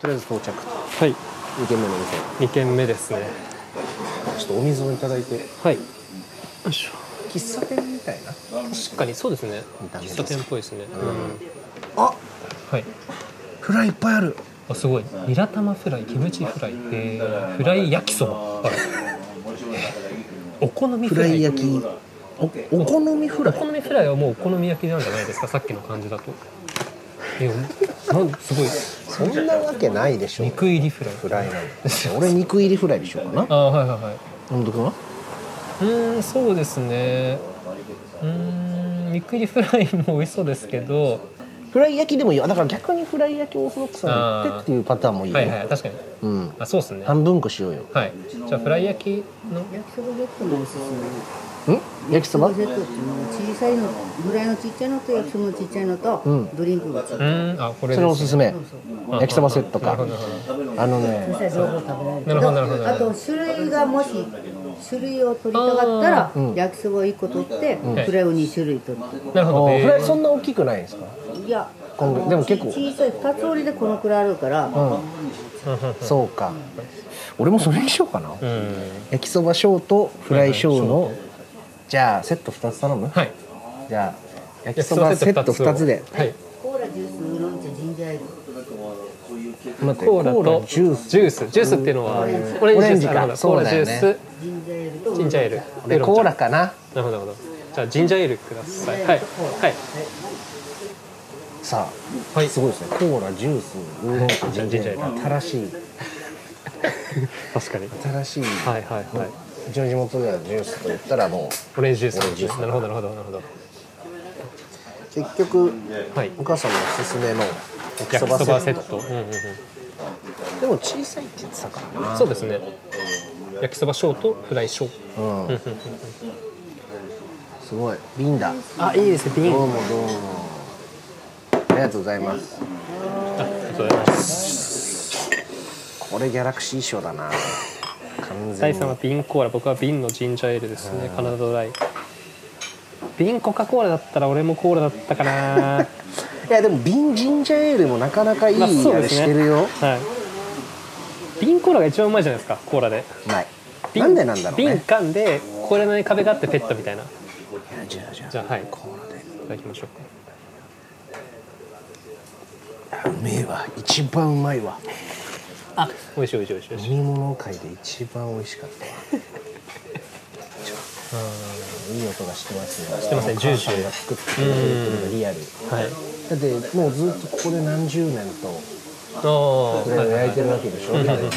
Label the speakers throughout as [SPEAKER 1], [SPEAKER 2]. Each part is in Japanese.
[SPEAKER 1] とりあえず到着
[SPEAKER 2] はい
[SPEAKER 1] 2軒目のお店
[SPEAKER 2] 2軒目ですね
[SPEAKER 1] ちょっとお水をいただいて
[SPEAKER 2] はいよいしょ
[SPEAKER 1] 喫茶店みたいな
[SPEAKER 2] 確かにそうですね
[SPEAKER 1] 見た目です
[SPEAKER 2] 喫茶店っぽいですね、うん
[SPEAKER 1] あ
[SPEAKER 2] はい
[SPEAKER 1] フライいっぱいある
[SPEAKER 2] あすごいニラ玉フライキムチフライ、えー、フライ焼きそばあらお好み
[SPEAKER 1] フ
[SPEAKER 2] フ
[SPEAKER 1] ラ
[SPEAKER 2] ライ
[SPEAKER 1] イ焼きおお好みフラ
[SPEAKER 2] お
[SPEAKER 1] イ
[SPEAKER 2] 好みフライはもうお好み焼きなんじゃないですかさっきの感じだとえなんすごい
[SPEAKER 1] そんなわけないでしょ
[SPEAKER 2] 肉入りフライ
[SPEAKER 1] フライなんだ俺肉入りフライにしようかな
[SPEAKER 2] ああはいはいはい
[SPEAKER 1] 本当は
[SPEAKER 2] うーんそうですねうーん肉入りフライも美味しそうですけど
[SPEAKER 1] フライ焼きでもいいよだから逆にフライ焼きオーソドックスなのってっていうパターンもいいよ、
[SPEAKER 2] はいはい確かに
[SPEAKER 1] うん
[SPEAKER 2] あそうですね
[SPEAKER 1] 半分こしようよ
[SPEAKER 2] はいじゃあフライ焼きの
[SPEAKER 3] 焼きそばゲットのおすす
[SPEAKER 1] ん焼きそ
[SPEAKER 3] め
[SPEAKER 1] ば
[SPEAKER 3] 焼きそばゲットっていうのは小さいのぐらいのちっちゃいのと焼きそばのちっちゃいのと、
[SPEAKER 1] うん
[SPEAKER 3] ドリンクがついうて
[SPEAKER 2] ーんあこれ
[SPEAKER 1] それおすすめ焼きそばセット
[SPEAKER 2] な
[SPEAKER 1] か
[SPEAKER 2] るほどなるほど
[SPEAKER 1] あの
[SPEAKER 3] そし
[SPEAKER 1] ね
[SPEAKER 3] たら両方食べられるけ
[SPEAKER 2] なるほどなるほど
[SPEAKER 3] あと種類がもし種類を取りたかったら、
[SPEAKER 1] うん
[SPEAKER 3] 焼きそばを1個取って、
[SPEAKER 2] ん
[SPEAKER 3] フライを2種類取って、
[SPEAKER 2] なる
[SPEAKER 1] あ
[SPEAKER 2] ほど
[SPEAKER 1] ー
[SPEAKER 2] えー
[SPEAKER 1] フライそんな大きくないんですか
[SPEAKER 3] いや
[SPEAKER 1] こんぐらいでも結構
[SPEAKER 3] 小さい2つ折りでこのくらいあるから、
[SPEAKER 1] うんそうか俺もそれにしようかな
[SPEAKER 2] うん
[SPEAKER 1] 焼きそば小とフライ小のじゃあセット2つ頼む
[SPEAKER 2] はい
[SPEAKER 1] じゃあ焼きそばセット2つで
[SPEAKER 2] はい
[SPEAKER 3] コーラジュースウーロン茶ジンジャーエール
[SPEAKER 1] 待って
[SPEAKER 2] コーラと
[SPEAKER 1] ジュース
[SPEAKER 2] ジュースジュースっていうのはオレンジジュース
[SPEAKER 1] オレンジか
[SPEAKER 2] なるほど
[SPEAKER 1] そうだよね
[SPEAKER 2] コーラジュー
[SPEAKER 3] ジンジャーエールとウ
[SPEAKER 2] スジ
[SPEAKER 3] ーロ
[SPEAKER 2] ンジ
[SPEAKER 3] ン茶
[SPEAKER 2] ャーエール
[SPEAKER 1] 俺
[SPEAKER 2] メロン
[SPEAKER 1] コーラかな
[SPEAKER 2] なるほどなるほどじゃあジンジャーエールくださいはいはい
[SPEAKER 1] さ
[SPEAKER 2] は
[SPEAKER 1] あ
[SPEAKER 2] い
[SPEAKER 1] すごいですねコーラジュースウーロン茶ジンジャーエール新しい
[SPEAKER 2] 確かに
[SPEAKER 1] 新しい
[SPEAKER 2] はいはいはい
[SPEAKER 1] ジョージ元ではジュースと言ったらもう
[SPEAKER 2] オレンジジュース
[SPEAKER 1] オレンジジュース
[SPEAKER 2] なるほどなるほどなるほど
[SPEAKER 1] 結局
[SPEAKER 2] はい
[SPEAKER 1] お母さんのおすすめの焼き
[SPEAKER 2] 焼
[SPEAKER 1] そ
[SPEAKER 2] きそ
[SPEAKER 1] ば
[SPEAKER 2] ば
[SPEAKER 1] セ
[SPEAKER 2] セ
[SPEAKER 1] ッ
[SPEAKER 2] ット、うんうん
[SPEAKER 1] トでも小さいって言ってたから
[SPEAKER 2] う、
[SPEAKER 1] なん
[SPEAKER 2] そうですね焼きそば小とフライ小
[SPEAKER 1] うんすごい瓶だ
[SPEAKER 2] あいいですねビ
[SPEAKER 1] どうもどうもありがとうございますこれギャラクシー賞だな完
[SPEAKER 2] 第
[SPEAKER 1] 全に
[SPEAKER 2] 3は瓶コーラ僕は瓶のジンジャーエールですねカナダドライ瓶コカ・コーラだったら俺もコーラだったかな
[SPEAKER 1] いやでも瓶ジンジャーエールもなかなかいい
[SPEAKER 2] まあそう
[SPEAKER 1] あ
[SPEAKER 2] で
[SPEAKER 1] れ
[SPEAKER 2] す
[SPEAKER 1] し
[SPEAKER 2] ね
[SPEAKER 1] てるよ
[SPEAKER 2] はい瓶コーラが一番うまいじゃないですかコーラで
[SPEAKER 1] うまい
[SPEAKER 2] 瓶
[SPEAKER 1] なんでなんだろう
[SPEAKER 2] 瓶
[SPEAKER 1] ね
[SPEAKER 2] 缶で超えられない壁があってペットみたいな
[SPEAKER 1] じゃあじゃあ
[SPEAKER 2] じゃあはいい
[SPEAKER 1] コーラで
[SPEAKER 2] ただきましょうか
[SPEAKER 1] あうめえわ一番うまいわ
[SPEAKER 2] あ美味しい美味しい美味しい美味しい
[SPEAKER 1] 飲み物界で一番美味しかったわいい音がしてますよして
[SPEAKER 2] ますねジューシー
[SPEAKER 1] が作ってくれてるのがリアル
[SPEAKER 2] はい
[SPEAKER 1] だってもうずっとここで何十年と
[SPEAKER 2] あ
[SPEAKER 1] これを焼いてるわけでしょリアルに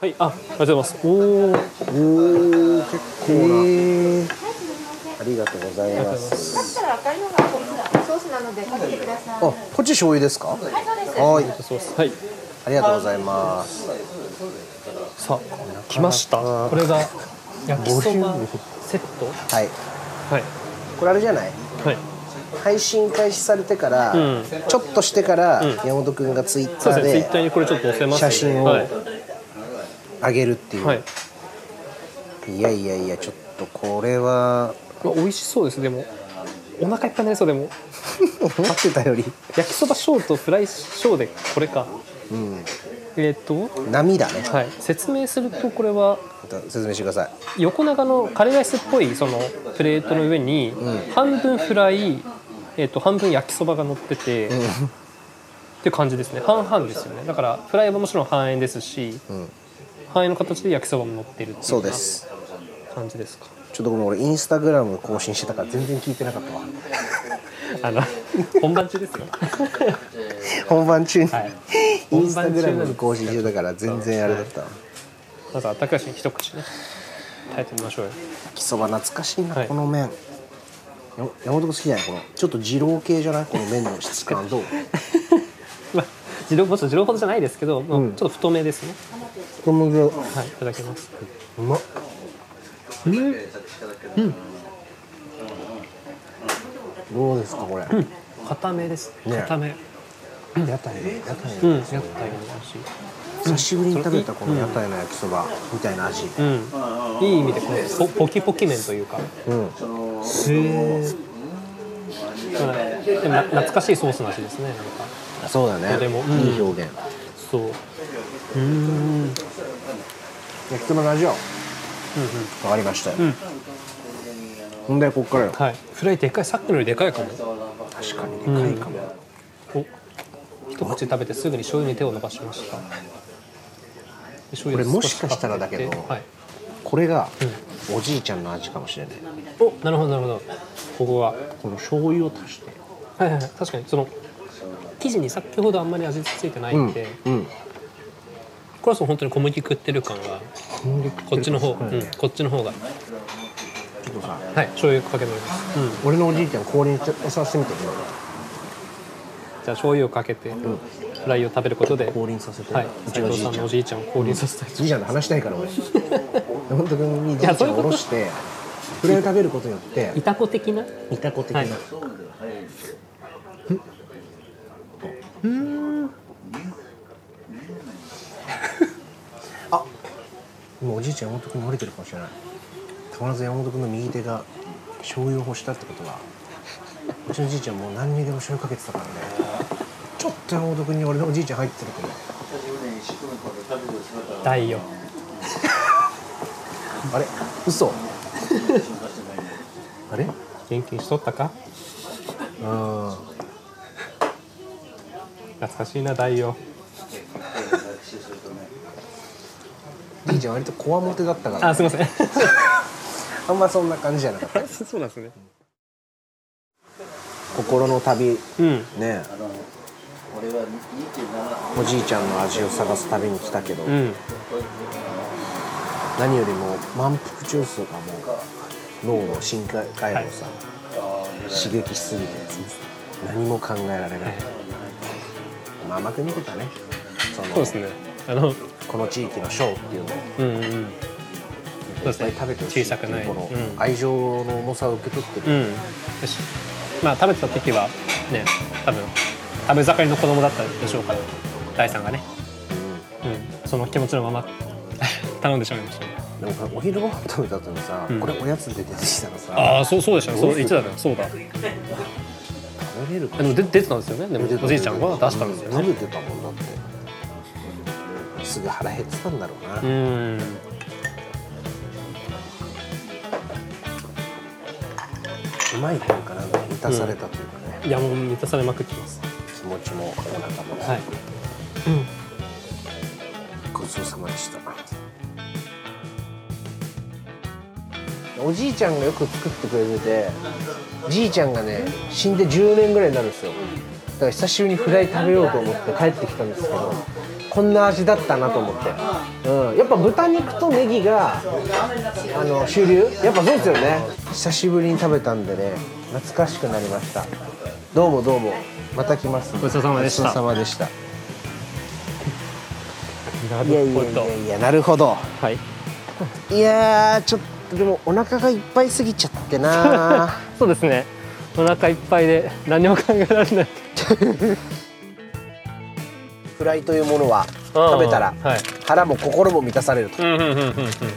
[SPEAKER 2] はい、あ、ありがとうございます。おお、
[SPEAKER 1] おー結構な、ありがとうございます
[SPEAKER 4] そしたら赤いのがソースソースなのでかけてください。
[SPEAKER 1] あこっち醤油ですか
[SPEAKER 4] はい、そうです。
[SPEAKER 1] はい
[SPEAKER 2] そうです。はい、
[SPEAKER 1] ありがとうございます
[SPEAKER 2] さあ、来ました。これが焼きそばセット。
[SPEAKER 1] はい
[SPEAKER 2] はい、
[SPEAKER 1] これあれじゃない
[SPEAKER 2] はい、
[SPEAKER 1] 配信開始されてから、
[SPEAKER 2] うん
[SPEAKER 1] ちょっとしてから、山本君がツイッ
[SPEAKER 2] そ
[SPEAKER 1] タ
[SPEAKER 2] う
[SPEAKER 1] ー
[SPEAKER 2] ですね。ツイッター
[SPEAKER 1] で
[SPEAKER 2] にこれちょっと載せます、ね。
[SPEAKER 1] 写真を
[SPEAKER 2] はい、
[SPEAKER 1] あげるっていう、
[SPEAKER 2] はいい、
[SPEAKER 1] やいやいやちょっとこれは
[SPEAKER 2] まあ、美味しそうです。でも、お腹いっぱいになりそうでも、
[SPEAKER 1] 思ってたより
[SPEAKER 2] 焼きそばショーとフライショーでこれか。えーっと、
[SPEAKER 1] 波だね
[SPEAKER 2] はい、説明するとこれは
[SPEAKER 1] また説明してください
[SPEAKER 2] 横長のカレーライスっぽいそのプレートの上に半分フライ、えっと半分焼きそばが乗ってて、っていう感じですね半々ですよねだからフライはもちろん半円ですし、
[SPEAKER 1] ん
[SPEAKER 2] 半円の形で焼きそばも乗ってるっていう
[SPEAKER 1] そうです
[SPEAKER 2] 感じですか
[SPEAKER 1] ちょっとごめん俺インスタグラム更新してたから全然聞いてなかったわ
[SPEAKER 2] あの 本番中ですよ
[SPEAKER 1] 本番中に、
[SPEAKER 2] はい
[SPEAKER 1] インスタグラム更新してたから全然あれだったわ
[SPEAKER 2] まず高橋に一口ね耐えてみましょうよ
[SPEAKER 1] 焼きそば懐かしいな、
[SPEAKER 2] はい
[SPEAKER 1] この麺や山本君好きじゃないこのちょっと二郎系じゃないこの麺の質感どう
[SPEAKER 2] まあ自動もちろん自動ほどじゃないですけど、もうちょっと太めですね
[SPEAKER 1] このぐらい
[SPEAKER 2] はいいただきます
[SPEAKER 1] うまっどうですかこれ、
[SPEAKER 2] 固めです
[SPEAKER 1] ね
[SPEAKER 2] 固め
[SPEAKER 1] 屋台で屋台
[SPEAKER 2] う
[SPEAKER 1] で
[SPEAKER 2] ん屋台の味
[SPEAKER 1] 久しぶりに食べたこの屋台の焼きそばみたいな味
[SPEAKER 2] うん、いい意味でこのポポキポキ麺というか、
[SPEAKER 1] うん
[SPEAKER 2] へでもな懐かしいソースの味ですねなんか
[SPEAKER 1] そうだね
[SPEAKER 2] でもうん
[SPEAKER 1] いい表現
[SPEAKER 2] そううーんうん
[SPEAKER 1] 焼きそばの味は分かりましたよ
[SPEAKER 2] うん
[SPEAKER 1] ほんでこっからよ
[SPEAKER 2] はいフライでかいさっきのよりでかいかも
[SPEAKER 1] 確かにでかいかも
[SPEAKER 2] お一口食べてすぐに醤油に手を伸ばしましたで醤
[SPEAKER 1] これもしかしたらだけど
[SPEAKER 2] 少しかけてはい、
[SPEAKER 1] これがおじいちゃんの味かもしれない
[SPEAKER 2] おなるほどなるほどここは
[SPEAKER 1] この醤油を足して
[SPEAKER 2] はいはいはい確かにその生地に先ほどあんまり味付いてない
[SPEAKER 1] うん
[SPEAKER 2] んで、
[SPEAKER 1] うん
[SPEAKER 2] これはそう本当に小麦食ってる感がこっちの方、
[SPEAKER 1] 小麦食ってる
[SPEAKER 2] うん、こっちの方がは
[SPEAKER 1] ちょっとさ
[SPEAKER 2] い醤油かけております、うん、じ
[SPEAKER 1] 俺のおじいちゃん氷にちょっとさせてみて今
[SPEAKER 2] ゃあ醤油をかけてフライを食べることで、
[SPEAKER 1] 降臨させて
[SPEAKER 2] はいう
[SPEAKER 1] ち
[SPEAKER 2] 斉
[SPEAKER 1] のおじ
[SPEAKER 2] 藤
[SPEAKER 1] い
[SPEAKER 2] さん
[SPEAKER 1] ちゃ
[SPEAKER 2] の
[SPEAKER 1] ん
[SPEAKER 2] おじいちゃんを降臨させたい、
[SPEAKER 1] じいちゃんと話したいから 俺山本君にじいちゃ
[SPEAKER 2] やそうんいう
[SPEAKER 1] を下
[SPEAKER 2] こと
[SPEAKER 1] ろしてフライを食べることによって
[SPEAKER 2] いたこ的ない
[SPEAKER 1] たこ的
[SPEAKER 2] はい
[SPEAKER 1] なあ今おじいちゃん山本君に折れてるかもしれないたまらず山本君の右手が醤油を欲したってことはうちのじいちゃんもう何にでも醤油かけてたからねちょっと山本君に俺のおじいちゃん入ってるけど
[SPEAKER 2] 大よ
[SPEAKER 1] あれ嘘あれ
[SPEAKER 2] 元気にしとったか
[SPEAKER 1] うん
[SPEAKER 2] 懐かしいな大よ
[SPEAKER 1] じいちゃん割とこわもてだったから
[SPEAKER 2] あすいません
[SPEAKER 1] あんまそんな感じじゃなかった
[SPEAKER 2] そうなんですね
[SPEAKER 1] 心の旅
[SPEAKER 2] うん
[SPEAKER 1] ねおじいちゃんの味を探す旅に来たけど、
[SPEAKER 2] うん
[SPEAKER 1] 何よりも満腹中枢がもう脳の深海回路をさ、刺激しすぎて何も考えられない、まあ甘く見てたねそ
[SPEAKER 2] そう
[SPEAKER 1] の
[SPEAKER 2] ですねあの
[SPEAKER 1] この地域のショーっていうのを
[SPEAKER 2] うんうん
[SPEAKER 1] いっぱい食べてほしいっていうこの
[SPEAKER 2] 小さくないうん
[SPEAKER 1] 愛情の重さを受け取ってる、
[SPEAKER 2] うんよしまあ食べてた時はね多分食べ盛りの子供だったでしょうから大さんがね、うん、その気持ちのまま 頼んでしまいましたね
[SPEAKER 1] でもこれお昼ご飯食べた後にさ、
[SPEAKER 2] うん
[SPEAKER 1] これおやつで出てきたらさ
[SPEAKER 2] ああそうそうでしたねそう言ってたねそうだ
[SPEAKER 1] 食べれるか
[SPEAKER 2] でも出出てたんですよねで
[SPEAKER 1] 出て
[SPEAKER 2] も
[SPEAKER 1] た
[SPEAKER 2] おじいちゃんが出したんですよ
[SPEAKER 1] う
[SPEAKER 2] ね
[SPEAKER 1] 食べてたもんだってすぐ腹減ってたんだろうな、
[SPEAKER 2] うん
[SPEAKER 1] うまいというかなんか満たされたというかね、
[SPEAKER 2] いやもう満たされまくってます
[SPEAKER 1] 気持ちもお腹も、
[SPEAKER 2] はい
[SPEAKER 1] ごちそうさまでしたおじいちゃんがよく作ってくれててじいちゃんがね死んで10年ぐらいになるんですよだから久しぶりにフライ食べようと思って帰ってきたんですけどこんな味だったなと思って、うん、やっぱ豚肉とネギがあの主流やっぱそうですよね久しぶりに食べたんでね懐かしくなりましたどうもどうもまた来ます
[SPEAKER 2] ごちそうさまでした
[SPEAKER 1] ごちそうさまでした
[SPEAKER 2] ない
[SPEAKER 1] やいやいやいやなるほど
[SPEAKER 2] はい
[SPEAKER 1] いやーちょっとでもお腹がいっぱいすぎちゃって な
[SPEAKER 2] そうですねお腹いっぱいで何も考えられない
[SPEAKER 1] フライというものは食べたら
[SPEAKER 2] はい
[SPEAKER 1] 腹も心も満たされると
[SPEAKER 2] うんうんうんうんうん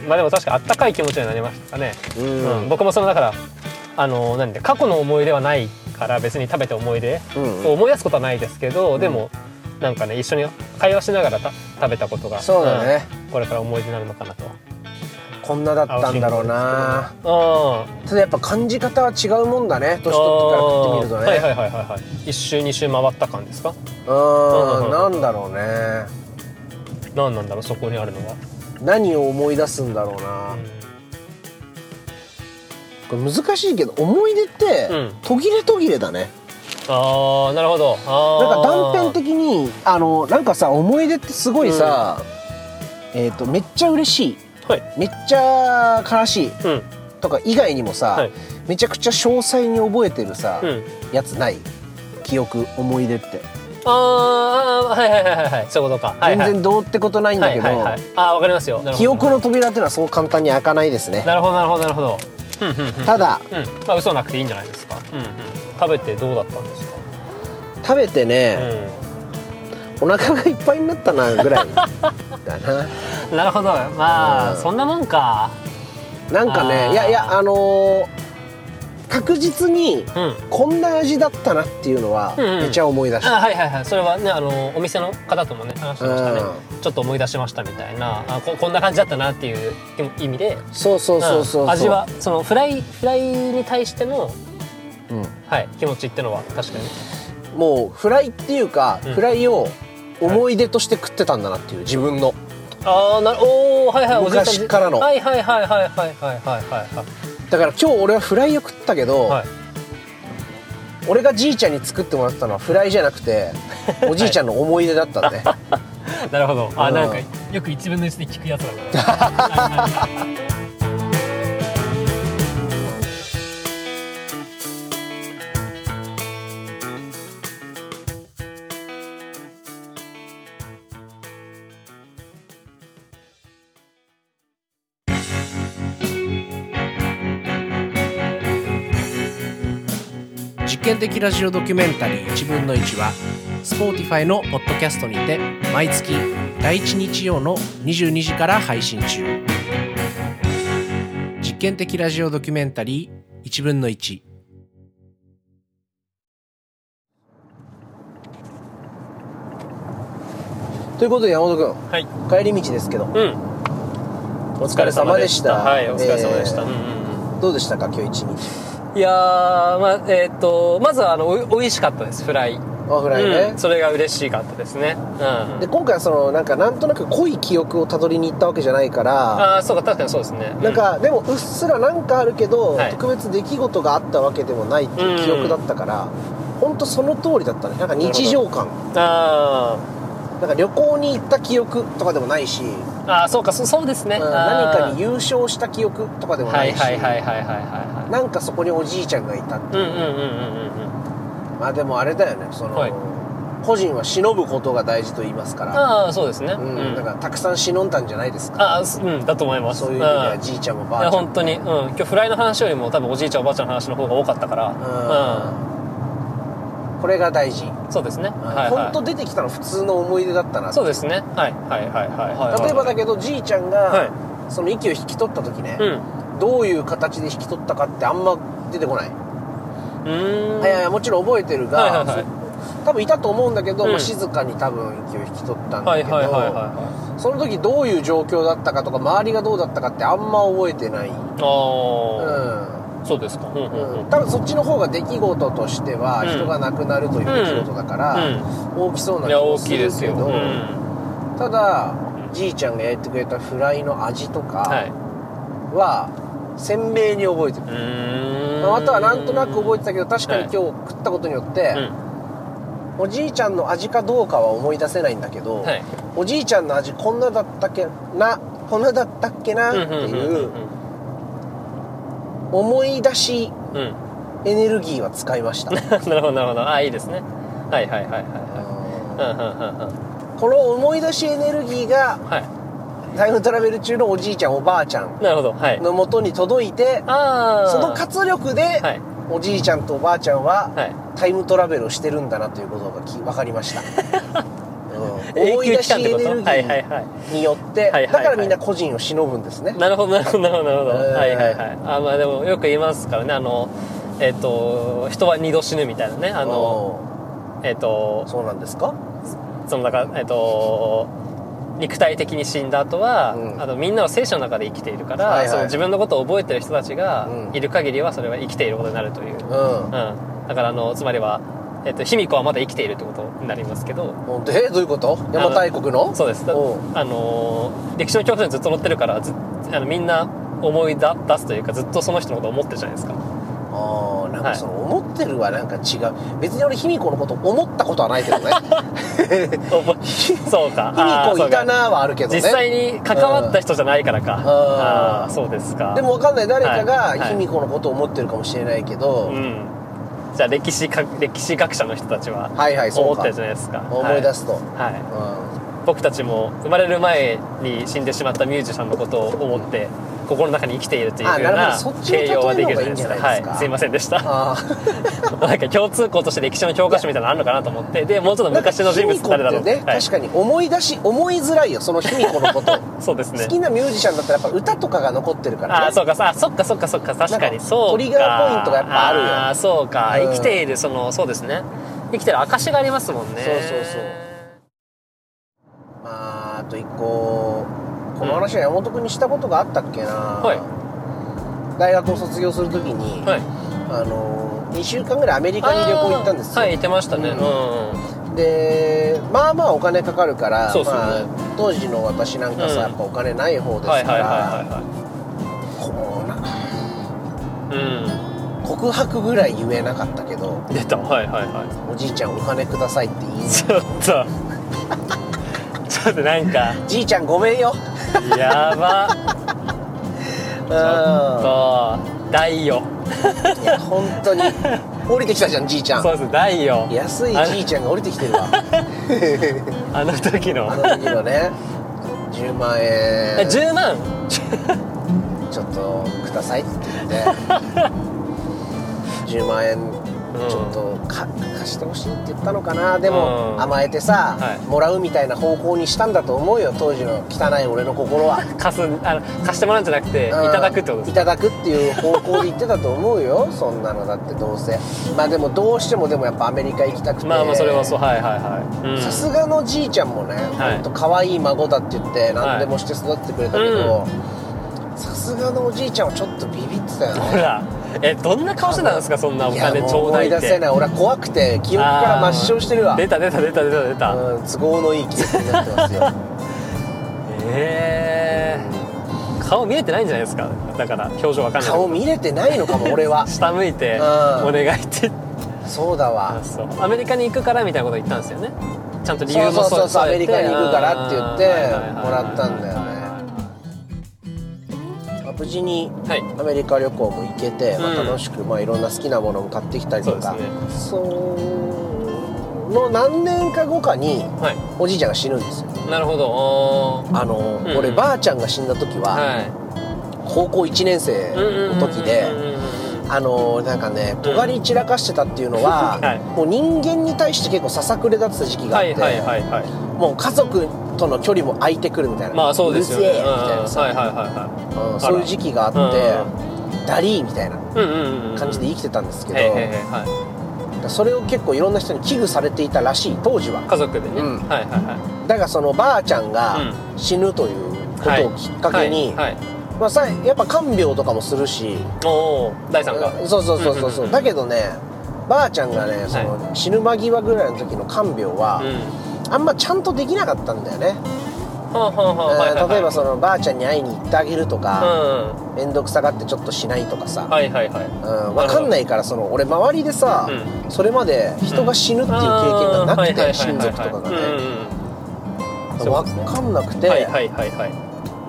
[SPEAKER 2] まあでも確かあったかい気持ちになりましたね、
[SPEAKER 1] うん
[SPEAKER 2] 僕もそのだからあのなんで過去の思い出はないから別に食べて思い出
[SPEAKER 1] うん
[SPEAKER 2] を思い出すことはないですけど、でもなんかね一緒に会話しながらた食べたことが
[SPEAKER 1] そうだね、
[SPEAKER 2] うんこれから思い出になるのかなと
[SPEAKER 1] こんなだったんだろうな
[SPEAKER 2] あ
[SPEAKER 1] ただやっぱ感じ方は違うもんだね年取ってから食ってみるとね、
[SPEAKER 2] はいはいはいはいはい一周二周回った感ですか
[SPEAKER 1] うんなんだろうね
[SPEAKER 2] 何なんだろうそこにあるのは、
[SPEAKER 1] 何を思い出すんだろうなこれ難しいけど思い出って
[SPEAKER 2] うん
[SPEAKER 1] 途切れ途切れだね、
[SPEAKER 2] ああなるほどあ
[SPEAKER 1] なんか
[SPEAKER 2] ー
[SPEAKER 1] 断片的にあのなんかさ思い出ってすごいさ、えっ、とめっちゃ嬉しい
[SPEAKER 2] はい
[SPEAKER 1] めっちゃ悲しい
[SPEAKER 2] うん
[SPEAKER 1] とか以外にもさ、
[SPEAKER 2] はい
[SPEAKER 1] めちゃくちゃ詳細に覚えてるさ、
[SPEAKER 2] うん
[SPEAKER 1] やつない記憶思い出って
[SPEAKER 2] あーあーはいはいはいはいはいそういうことか、はい
[SPEAKER 1] 全
[SPEAKER 2] はい、
[SPEAKER 1] 然どうってことないんだけど、
[SPEAKER 2] はいはいはい、あーわかりますよなるほど
[SPEAKER 1] 記憶の扉っていうのはそう簡単に開かないですね
[SPEAKER 2] なるほどなるほどなるほどうんうんうん
[SPEAKER 1] ただ
[SPEAKER 2] うんまあ嘘なくていいんじゃないですか、うんうん、食べてどうだったんですか
[SPEAKER 1] 食べてね、お腹がいっぱいになったなぐらいだ な
[SPEAKER 2] なるほどまあ、そんなもんか
[SPEAKER 1] なんか
[SPEAKER 2] あ
[SPEAKER 1] ね
[SPEAKER 2] ー
[SPEAKER 1] いやいやあのー確実に
[SPEAKER 2] うん
[SPEAKER 1] こんな味だったなっていうのは
[SPEAKER 2] うんうん
[SPEAKER 1] めちゃ思い出し
[SPEAKER 2] あ
[SPEAKER 1] た、
[SPEAKER 2] はいはいはいそれはねあのお店の方ともね話してましたね
[SPEAKER 1] う
[SPEAKER 2] ちょっと思い出しましたみたいなあここんな感じだったなっていうでも意味で
[SPEAKER 1] そうそうそうそうそう、
[SPEAKER 2] ん味はそのフライフライに対しての、
[SPEAKER 1] うん
[SPEAKER 2] はい、気持ちってのは確かに
[SPEAKER 1] もうフライっていうか、
[SPEAKER 2] うん
[SPEAKER 1] フライを思い出として食ってたんだなっていう自分の
[SPEAKER 2] ああなるおおはいはいおじい
[SPEAKER 1] 昔からの
[SPEAKER 2] はいはいはいはいはいはいはいは
[SPEAKER 1] だから今日俺はフライを食ったけど、
[SPEAKER 2] いはい
[SPEAKER 1] 俺がじいちゃんに作ってもらったのはフライじゃなく ておじいちゃんの思い出だったんで、
[SPEAKER 2] なるほどあ
[SPEAKER 1] うん
[SPEAKER 2] なんかよく一分の一で聞くやつだから
[SPEAKER 1] 実験的ラジオドキュメンタリー1分の1は Spotify のポッドキャストにて毎月第1日曜の22時から配信中実験的ラジオドキュメンタリー1分の1ということで山本
[SPEAKER 2] はい
[SPEAKER 1] 君帰り道ですけど
[SPEAKER 2] うん
[SPEAKER 1] お疲れ様でした
[SPEAKER 2] はいお疲れ様でした、
[SPEAKER 1] え
[SPEAKER 2] うんうんうん
[SPEAKER 1] ーどうでしたか今日一日
[SPEAKER 2] いやーまあえっ、とまずはあのお美味しかったですフライ、
[SPEAKER 1] あフライね、
[SPEAKER 2] うん、それが嬉しかったですねうん
[SPEAKER 1] で今回はそのなんかなんとなく濃い記憶をたどりに行ったわけじゃないから
[SPEAKER 2] ああそうか確かにそうですね
[SPEAKER 1] なんかでもうっすらなんかあるけど、
[SPEAKER 2] はい
[SPEAKER 1] 特別出来事があったわけでもないっていう記憶だったから、ほんとその通りだったねなんか日常感
[SPEAKER 2] うんあ
[SPEAKER 1] なんか旅行に行った記憶とかでもないし、
[SPEAKER 2] ーあーそうかそそうですね、
[SPEAKER 1] うん
[SPEAKER 2] あー
[SPEAKER 1] 何かに優勝した記憶とかでもな
[SPEAKER 2] はい
[SPEAKER 1] いし、
[SPEAKER 2] はいはいはいはいは
[SPEAKER 1] なんかそこにおじいちゃんがいたって
[SPEAKER 2] いうんうんうんうんうんうん
[SPEAKER 1] まあでもあれだよねその、
[SPEAKER 2] はい
[SPEAKER 1] 個人は忍ぶことが大事と言いますから、
[SPEAKER 2] ああそうですね
[SPEAKER 1] う
[SPEAKER 2] うんん、
[SPEAKER 1] なんかたくさん忍んだんじゃないですか
[SPEAKER 2] ああすうんだと思います
[SPEAKER 1] そういう意味
[SPEAKER 2] ん
[SPEAKER 1] ではじいちゃんもば
[SPEAKER 2] いや
[SPEAKER 1] あちゃんも
[SPEAKER 2] 本当に、うん、今日フライの話よりも多分おじいちゃんおばあちゃんの話の方が多かったから、
[SPEAKER 1] うんこれが大事、
[SPEAKER 2] うんそうですね、はい
[SPEAKER 1] 本
[SPEAKER 2] は
[SPEAKER 1] 当出てきたの普通の思い出だったない
[SPEAKER 2] そうですねはいはいはいはいはい
[SPEAKER 1] 例えばだけどじいちゃんが、
[SPEAKER 2] はい
[SPEAKER 1] その息を引き取った時ね、
[SPEAKER 2] うん
[SPEAKER 1] どういう形で引き取ったかってあんま出てこない、
[SPEAKER 2] うーん
[SPEAKER 1] いやいやもちろん覚えてるが、
[SPEAKER 2] はいはいはい
[SPEAKER 1] そ多分いたと思うんだけど、
[SPEAKER 2] うん
[SPEAKER 1] まあ静かに多分息を引き取ったんだ
[SPEAKER 2] は
[SPEAKER 1] け
[SPEAKER 2] い
[SPEAKER 1] ど、
[SPEAKER 2] はいはいはいはい
[SPEAKER 1] その時どういう状況だったかとか周りがどうだったかってあんま覚えてない、
[SPEAKER 2] ああ、
[SPEAKER 1] うん
[SPEAKER 2] そうですかうんうんうん、
[SPEAKER 1] 多分そっちの方が出来事としては
[SPEAKER 2] うん
[SPEAKER 1] 人が亡くなるという出来事だから大きそう
[SPEAKER 2] う、
[SPEAKER 1] なん
[SPEAKER 2] い
[SPEAKER 1] 気
[SPEAKER 2] や
[SPEAKER 1] も
[SPEAKER 2] 大
[SPEAKER 1] す
[SPEAKER 2] きい
[SPEAKER 1] る
[SPEAKER 2] です
[SPEAKER 1] け
[SPEAKER 2] よ、う
[SPEAKER 1] ど
[SPEAKER 2] ん、
[SPEAKER 1] ただじいちゃんが焼いてくれたフライの味と
[SPEAKER 2] は
[SPEAKER 1] か
[SPEAKER 2] いう
[SPEAKER 1] は鮮明に覚えてる
[SPEAKER 2] ーん
[SPEAKER 1] まあまたはなんとなく覚えてたけど確かに
[SPEAKER 2] はい
[SPEAKER 1] 今日食ったことによって
[SPEAKER 2] うん
[SPEAKER 1] おじいちゃんの味かどうかは思い出せないんだけど
[SPEAKER 2] はい
[SPEAKER 1] おじいちゃんの味こんなだったっけなこんなだったっけなっていう思い出し
[SPEAKER 2] うんうんうん
[SPEAKER 1] エネルギーは使いました。
[SPEAKER 2] なるほどなるほどああいいですねはいはいはいはいは
[SPEAKER 1] うん
[SPEAKER 2] いうんうんうんうん
[SPEAKER 1] この思い出しエネルギーが
[SPEAKER 2] は
[SPEAKER 1] タイムトラベル中のおじいちゃんおばあちゃん
[SPEAKER 2] いなるほどはい
[SPEAKER 1] の元に届いて
[SPEAKER 2] ああ
[SPEAKER 1] その活力で
[SPEAKER 2] はい
[SPEAKER 1] おじいちゃんとおばあちゃんは
[SPEAKER 2] はい
[SPEAKER 1] タイムトラベルをしてるんだなということがき分かりました、 うん、思い出
[SPEAKER 2] 永久期
[SPEAKER 1] し
[SPEAKER 2] 間
[SPEAKER 1] エ
[SPEAKER 2] っ
[SPEAKER 1] ネル
[SPEAKER 2] てこ
[SPEAKER 1] ギ
[SPEAKER 2] とはいはい
[SPEAKER 1] ー
[SPEAKER 2] はい
[SPEAKER 1] によって
[SPEAKER 2] はいはいはい
[SPEAKER 1] だからみんな個人を忍ぶんですね
[SPEAKER 2] なるほどなるほどなるほどなるほど、
[SPEAKER 1] えー
[SPEAKER 2] はいはいはいあまあでもよく言いますからねあのえっ、と人は二度死ぬみたいなねあの
[SPEAKER 1] お
[SPEAKER 2] えっ、と
[SPEAKER 1] ーそうなんですか
[SPEAKER 2] そのだからえっと肉体的に死んだ後は、
[SPEAKER 1] うん
[SPEAKER 2] あのみんなは聖書の中で生きているから、
[SPEAKER 1] はいはい
[SPEAKER 2] その自分のことを覚えてる人たちが
[SPEAKER 1] うん
[SPEAKER 2] いる限りはそれは生きていることになるという、うん
[SPEAKER 1] う、ん
[SPEAKER 2] だからあのつまりは、えっと、卑弥呼はまだ生きているってことになりますけど
[SPEAKER 1] でどういうこと邪馬台国の
[SPEAKER 2] そうですだ
[SPEAKER 1] おう
[SPEAKER 2] あの歴史の教科書にずっと載ってるからずあのみんな思い出出すというかずっとその人のことを思ってるじゃないですか
[SPEAKER 1] ああなん
[SPEAKER 2] は
[SPEAKER 1] か
[SPEAKER 2] い
[SPEAKER 1] その思ってるはなんか違う別に俺卑弥呼のこと思ったことはないけ どね
[SPEAKER 2] 覚えそうか
[SPEAKER 1] 卑
[SPEAKER 2] あ
[SPEAKER 1] 弥
[SPEAKER 2] ーそ
[SPEAKER 1] 呼
[SPEAKER 2] う
[SPEAKER 1] いた
[SPEAKER 2] か
[SPEAKER 1] なはあるけどね
[SPEAKER 2] 実際に関わった人じゃないからか、ああーそうですか
[SPEAKER 1] でもわかんない誰か
[SPEAKER 2] はい
[SPEAKER 1] が
[SPEAKER 2] はい
[SPEAKER 1] 卑弥呼のことを思ってるかもしれないけど、
[SPEAKER 2] うん、じゃあ歴史か歴史学者の人たちは
[SPEAKER 1] はいはいそ
[SPEAKER 2] 思
[SPEAKER 1] う
[SPEAKER 2] っ
[SPEAKER 1] か
[SPEAKER 2] たじゃないですか
[SPEAKER 1] 思い出
[SPEAKER 2] す、
[SPEAKER 1] すと、
[SPEAKER 2] はいはい僕たちも生まれる前に死んでしまったミュージシャンのことを思って心の中に生きているという
[SPEAKER 1] あ
[SPEAKER 2] よう
[SPEAKER 1] なるほど
[SPEAKER 2] な
[SPEAKER 1] そっちの
[SPEAKER 2] 形容はできるじゃな
[SPEAKER 1] 例え
[SPEAKER 2] いですか
[SPEAKER 1] の方がいいんじゃないですか
[SPEAKER 2] はい、すいませんでした
[SPEAKER 1] あ
[SPEAKER 2] なんか共通項として歴史の教科書みたいなのあるのかなと思ってでもうちょっと
[SPEAKER 1] なんか
[SPEAKER 2] 昔の人物誰だろう
[SPEAKER 1] 卑弥呼ってね、
[SPEAKER 2] はい、
[SPEAKER 1] 確かに思い出し思いづらいよその卑弥呼のこと
[SPEAKER 2] そう ですね
[SPEAKER 1] 好きなミュージシャンだったらやっぱ歌とかが残ってるから、ね、
[SPEAKER 2] あーそうかさあそっかそっかそっか確か
[SPEAKER 1] なん
[SPEAKER 2] に
[SPEAKER 1] か
[SPEAKER 2] そうか
[SPEAKER 1] トリガーポイントがやっぱあるよ
[SPEAKER 2] あーそうか
[SPEAKER 1] うん
[SPEAKER 2] 生きているそのそうですね生きてる証がありますもんね
[SPEAKER 1] そうそうそうまあ、あと一個この話は山本君にしたことがあったっけな、
[SPEAKER 2] は
[SPEAKER 1] 大学を卒業するときに、
[SPEAKER 2] はい
[SPEAKER 1] あの2週間ぐらいアメリカに旅行行ったんですよ、
[SPEAKER 2] はい行ってましたね
[SPEAKER 1] うん
[SPEAKER 2] うんうん
[SPEAKER 1] でまあまあお金かかるから、
[SPEAKER 2] そうっすよね
[SPEAKER 1] まあ、当時の私なんかさ、
[SPEAKER 2] うん
[SPEAKER 1] やっぱお金ない方ですか
[SPEAKER 2] はいはいはい
[SPEAKER 1] ら
[SPEAKER 2] は
[SPEAKER 1] こうない
[SPEAKER 2] は
[SPEAKER 1] 告白ぐらい言えなかったけど
[SPEAKER 2] いうん出たはいはいはい
[SPEAKER 1] おじいちゃんお金くださいって言い
[SPEAKER 2] ちょっと ちょっとなんか
[SPEAKER 1] じいちゃんごめんよ
[SPEAKER 2] やば
[SPEAKER 1] うん
[SPEAKER 2] と大よ
[SPEAKER 1] いや本当に降りてきたじゃんじいちゃん
[SPEAKER 2] そうです大よ
[SPEAKER 1] 安いじいちゃんが降りてきてるわ
[SPEAKER 2] あの時 の
[SPEAKER 1] あの時のね10万
[SPEAKER 2] え
[SPEAKER 1] 円
[SPEAKER 2] 10万
[SPEAKER 1] ちょっとくださいって言って10万円
[SPEAKER 2] うん
[SPEAKER 1] ちょっとか貸してほしいって言ったのかなでも、
[SPEAKER 2] うん
[SPEAKER 1] 甘えてさ、
[SPEAKER 2] はい
[SPEAKER 1] もらうみたいな方向にしたんだと思うよ当時の汚い俺の心は
[SPEAKER 2] 貸すあの貸してもらうんじゃなくてい
[SPEAKER 1] うん
[SPEAKER 2] ただくってことです
[SPEAKER 1] いただくっていう方向で言ってたと思うよそんなのだってどうせまあでもどうしてもでもやっぱアメリカ行きたくて
[SPEAKER 2] まあまあそれはそうはいはいはい、うん
[SPEAKER 1] さすがのじいちゃんもね、
[SPEAKER 2] はい
[SPEAKER 1] ほんと可愛い孫だって言って何でもして育ってくれたけど、さすがのおじいちゃんはちょっとビビってたよね
[SPEAKER 2] ほらえどんな顔してたんですかそんなお
[SPEAKER 1] いや
[SPEAKER 2] 金ち
[SPEAKER 1] もう
[SPEAKER 2] ょう
[SPEAKER 1] 思
[SPEAKER 2] だい
[SPEAKER 1] い
[SPEAKER 2] って
[SPEAKER 1] 出せない俺は怖くて記憶から抹消してるわ、
[SPEAKER 2] 出た出た出た出た出た、
[SPEAKER 1] うん、都合のいい記憶になって ますよ
[SPEAKER 2] えー、顔見えてないんじゃないですかだから表情わかんない
[SPEAKER 1] 顔見れてないのかも俺は
[SPEAKER 2] 下向いて
[SPEAKER 1] うん
[SPEAKER 2] お願いって言って
[SPEAKER 1] そうだわ
[SPEAKER 2] そうアメリカに行くからみたいなこと言ったんですよねちゃんと理由
[SPEAKER 1] そう
[SPEAKER 2] も
[SPEAKER 1] そうそうそうア
[SPEAKER 2] 添
[SPEAKER 1] メ
[SPEAKER 2] え
[SPEAKER 1] リ
[SPEAKER 2] て
[SPEAKER 1] カに行くからって言って
[SPEAKER 2] うん
[SPEAKER 1] もらったんだよねまあ無事に
[SPEAKER 2] はい
[SPEAKER 1] アメリカ旅行も行けて、まあ、
[SPEAKER 2] うん
[SPEAKER 1] 楽しく、まあ、いろんな好きなものも買ってきたりとか
[SPEAKER 2] そうです
[SPEAKER 1] そうの何年か後かに
[SPEAKER 2] は
[SPEAKER 1] おじいちゃんが死ぬんですよ
[SPEAKER 2] いなるほどおー
[SPEAKER 1] あの、
[SPEAKER 2] うん
[SPEAKER 1] 俺ばあちゃんが死んだ時は
[SPEAKER 2] は
[SPEAKER 1] 高校1年生
[SPEAKER 2] いうんうんうん
[SPEAKER 1] の時で、
[SPEAKER 2] うんうんうん
[SPEAKER 1] あのなんかね尖り散らかしてたっていうのは、
[SPEAKER 2] はい
[SPEAKER 1] もう人間に対して結構ささくれだってた時期があっ
[SPEAKER 2] はい
[SPEAKER 1] て、
[SPEAKER 2] はいはいはい
[SPEAKER 1] もう家族との距離も空いてくるみたいな、
[SPEAKER 2] まあそうですよ
[SPEAKER 1] る
[SPEAKER 2] ね。
[SPEAKER 1] せえみたいな
[SPEAKER 2] うんはい
[SPEAKER 1] さ、
[SPEAKER 2] はいは
[SPEAKER 1] うんそういう時期があって、ダリーみたいない
[SPEAKER 2] はい。うんうんうん。
[SPEAKER 1] 感じで生きてたんですけど、
[SPEAKER 2] へいへいへいは。
[SPEAKER 1] それを結構いろんな人に危惧されていたらしい当時はい
[SPEAKER 2] 家族でね。
[SPEAKER 1] うん
[SPEAKER 2] はいはいは
[SPEAKER 1] だからそのばあちゃんが
[SPEAKER 2] うん
[SPEAKER 1] 死ぬということをきっかけに、
[SPEAKER 2] い。はい。はい、
[SPEAKER 1] まあ、さやっぱ看病とかもするし、
[SPEAKER 2] おお、第三が。
[SPEAKER 1] そうそうそうそうそう、
[SPEAKER 2] うんうんうん
[SPEAKER 1] だけどねばあちゃんがねその、死ぬ間際ぐらいの時の看病は、
[SPEAKER 2] うん。
[SPEAKER 1] あんまちゃんとできなかったんだよね、
[SPEAKER 2] はあはあはあ。はい
[SPEAKER 1] え
[SPEAKER 2] はいは
[SPEAKER 1] ー
[SPEAKER 2] い
[SPEAKER 1] 例えばそのばあちゃんに会いに行ってあげるとか
[SPEAKER 2] う
[SPEAKER 1] 面倒、くさがってちょっとしないとかさ、
[SPEAKER 2] ん。はいはいはい。
[SPEAKER 1] うん、分かんないからその俺周りでさ、
[SPEAKER 2] う
[SPEAKER 1] それまで人が死ぬっていう経験がなくて、親族とかがね、
[SPEAKER 2] うんうんそうです
[SPEAKER 1] 分
[SPEAKER 2] ね
[SPEAKER 1] かんなく
[SPEAKER 2] う
[SPEAKER 1] て、
[SPEAKER 2] ん。はいはいはいはい。